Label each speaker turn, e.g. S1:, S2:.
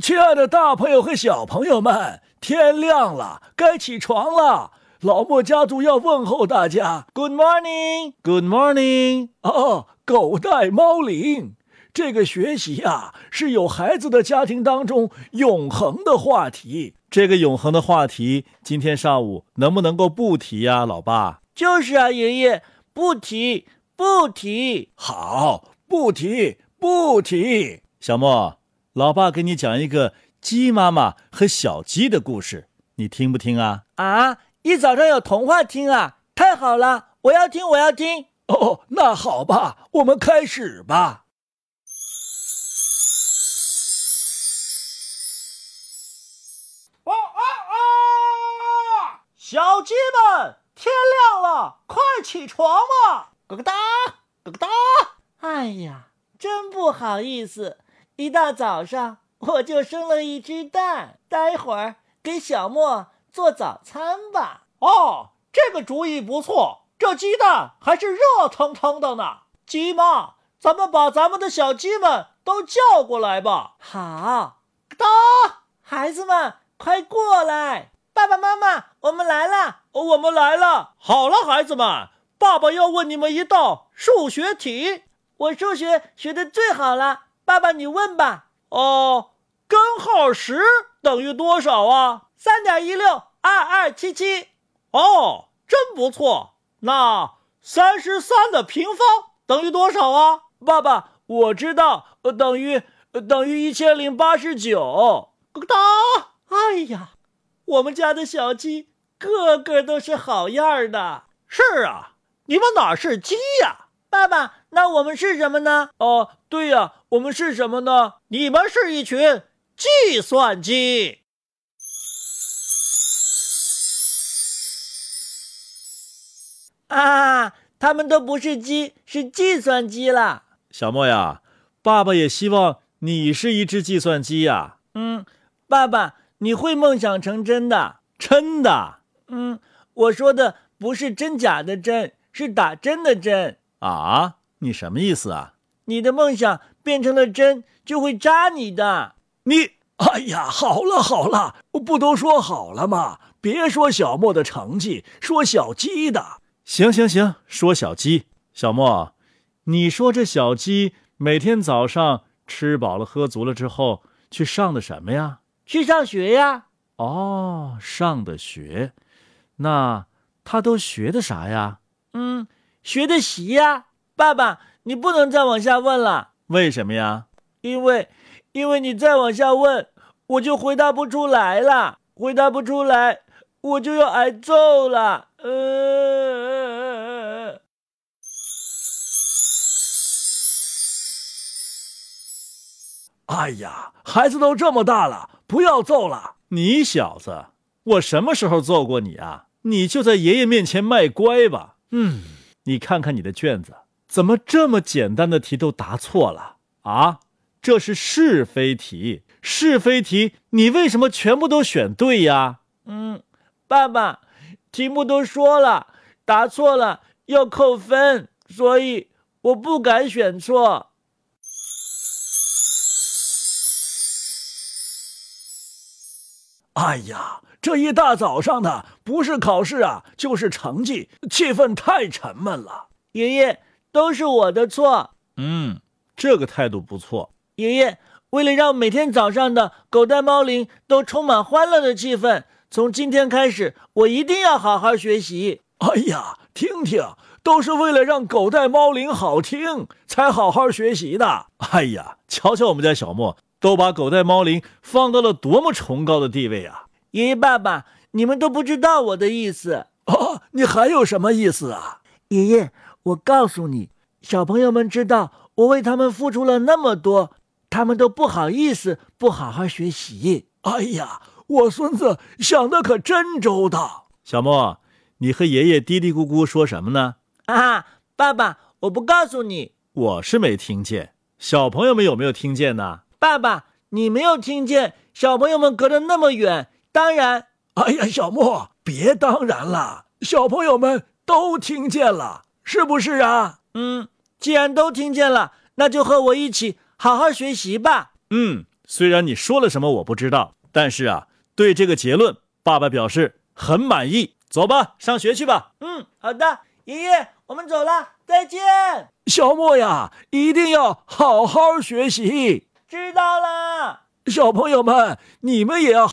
S1: 亲爱的，大朋友和小朋友们，天亮了，该起床了。老莫家族要问候大家
S2: ，Good morning，Good morning。
S1: 哦，狗带猫铃，这个学习呀、啊、是有孩子的家庭当中永恒的话题。
S2: 这个永恒的话题，今天上午能不能够不提呀、啊，老爸？
S3: 就是啊，爷爷，不提，不提。
S1: 好，不提，不提。
S2: 小莫，老爸给你讲一个鸡妈妈和小鸡的故事，你听不听啊？
S3: 啊，一早上有童话听啊，太好了，我要听，我要听。
S1: 哦，那好吧，我们开始吧。
S4: 哦哦哦！
S2: 啊
S4: 小鸡们，天亮了，快起床吧！咯咯哒，咯咯哒。
S3: 哎呀，真不好意思。一大早上我就生了一只蛋，待会儿给小莫做早餐吧。
S4: 哦，这个主意不错，这鸡蛋还是热腾腾的呢。鸡妈，咱们把咱们的小鸡们都叫过来吧。
S3: 好，
S4: 哒，
S3: 孩子们快过来，爸爸妈妈，我们来了，哦
S4: 我们来了。好了，孩子们，爸爸要问你们一道数学题，
S3: 我数学学的最好了。爸爸，你问吧。
S4: 哦，根号十等于多少啊？
S3: 三点一六二二七七。
S4: 哦，真不错。那三十三的平方等于多少啊？
S3: 爸爸，我知道，呃、等于、呃、等于一千零八十九。
S4: 哒！
S3: 哎呀，我们家的小鸡个个都是好样的。
S4: 是啊，你们哪是鸡呀、啊？
S3: 爸爸，那我们是什么呢？
S4: 哦，对呀、啊。我们是什么呢？你们是一群计算机。
S3: 啊，他们都不是鸡，是计算机啦。
S2: 小莫呀，爸爸也希望你是一只计算机呀、
S3: 啊。嗯，爸爸，你会梦想成真的，
S2: 真的。
S3: 嗯，我说的不是真假的真，是打针的针。
S2: 啊，你什么意思啊？
S3: 你的梦想变成了针，就会扎你的。
S1: 你，哎呀，好了好了，不都说好了吗？别说小莫的成绩，说小鸡的。
S2: 行行行，说小鸡。小莫，你说这小鸡每天早上吃饱了喝足了之后去上的什么呀？
S3: 去上学呀。
S2: 哦，上的学。那他都学的啥呀？
S3: 嗯，学的习呀，爸爸。你不能再往下问了，
S2: 为什么呀？
S3: 因为，因为你再往下问，我就回答不出来了，回答不出来，我就要挨揍了。呃，
S1: 哎呀，孩子都这么大了，不要揍了。
S2: 你小子，我什么时候揍过你啊？你就在爷爷面前卖乖吧。嗯，你看看你的卷子。怎么这么简单的题都答错了啊？这是是非题，是非题，你为什么全部都选对呀？
S3: 嗯，爸爸，题目都说了，答错了要扣分，所以我不敢选错。
S1: 哎呀，这一大早上的不是考试啊，就是成绩，气氛太沉闷了，
S3: 爷爷。都是我的错。
S2: 嗯，这个态度不错。
S3: 爷爷，为了让每天早上的狗带猫铃都充满欢乐的气氛，从今天开始，我一定要好好学习。
S1: 哎呀，听听，都是为了让狗带猫铃好听才好好学习的。
S2: 哎呀，瞧瞧我们家小莫，都把狗带猫铃放到了多么崇高的地位啊！
S3: 爷爷、爸爸，你们都不知道我的意思。
S1: 哦，你还有什么意思啊？
S3: 爷爷。我告诉你，小朋友们知道我为他们付出了那么多，他们都不好意思不好好学习。
S1: 哎呀，我孙子想的可真周到。
S2: 小莫，你和爷爷嘀嘀咕咕说什么呢？
S3: 啊，爸爸，我不告诉你。
S2: 我是没听见，小朋友们有没有听见呢？
S3: 爸爸，你没有听见，小朋友们隔得那么远，当然。
S1: 哎呀，小莫，别当然了，小朋友们都听见了。是不是啊？
S3: 嗯，既然都听见了，那就和我一起好好学习吧。
S2: 嗯，虽然你说了什么我不知道，但是啊，对这个结论，爸爸表示很满意。走吧，上学去吧。
S3: 嗯，好的，爷爷，我们走了，再见。
S1: 小莫呀，一定要好好学习。
S3: 知道啦。
S1: 小朋友们，你们也要。